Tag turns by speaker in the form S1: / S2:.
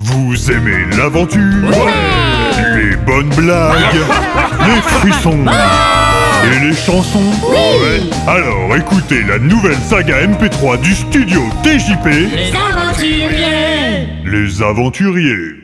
S1: Vous aimez l'aventure
S2: Ouais
S1: Les bonnes blagues Les frissons Et les chansons Ouais. Alors écoutez la nouvelle saga MP3 du studio TJP,
S2: Les aventuriers
S1: Les Aventuriers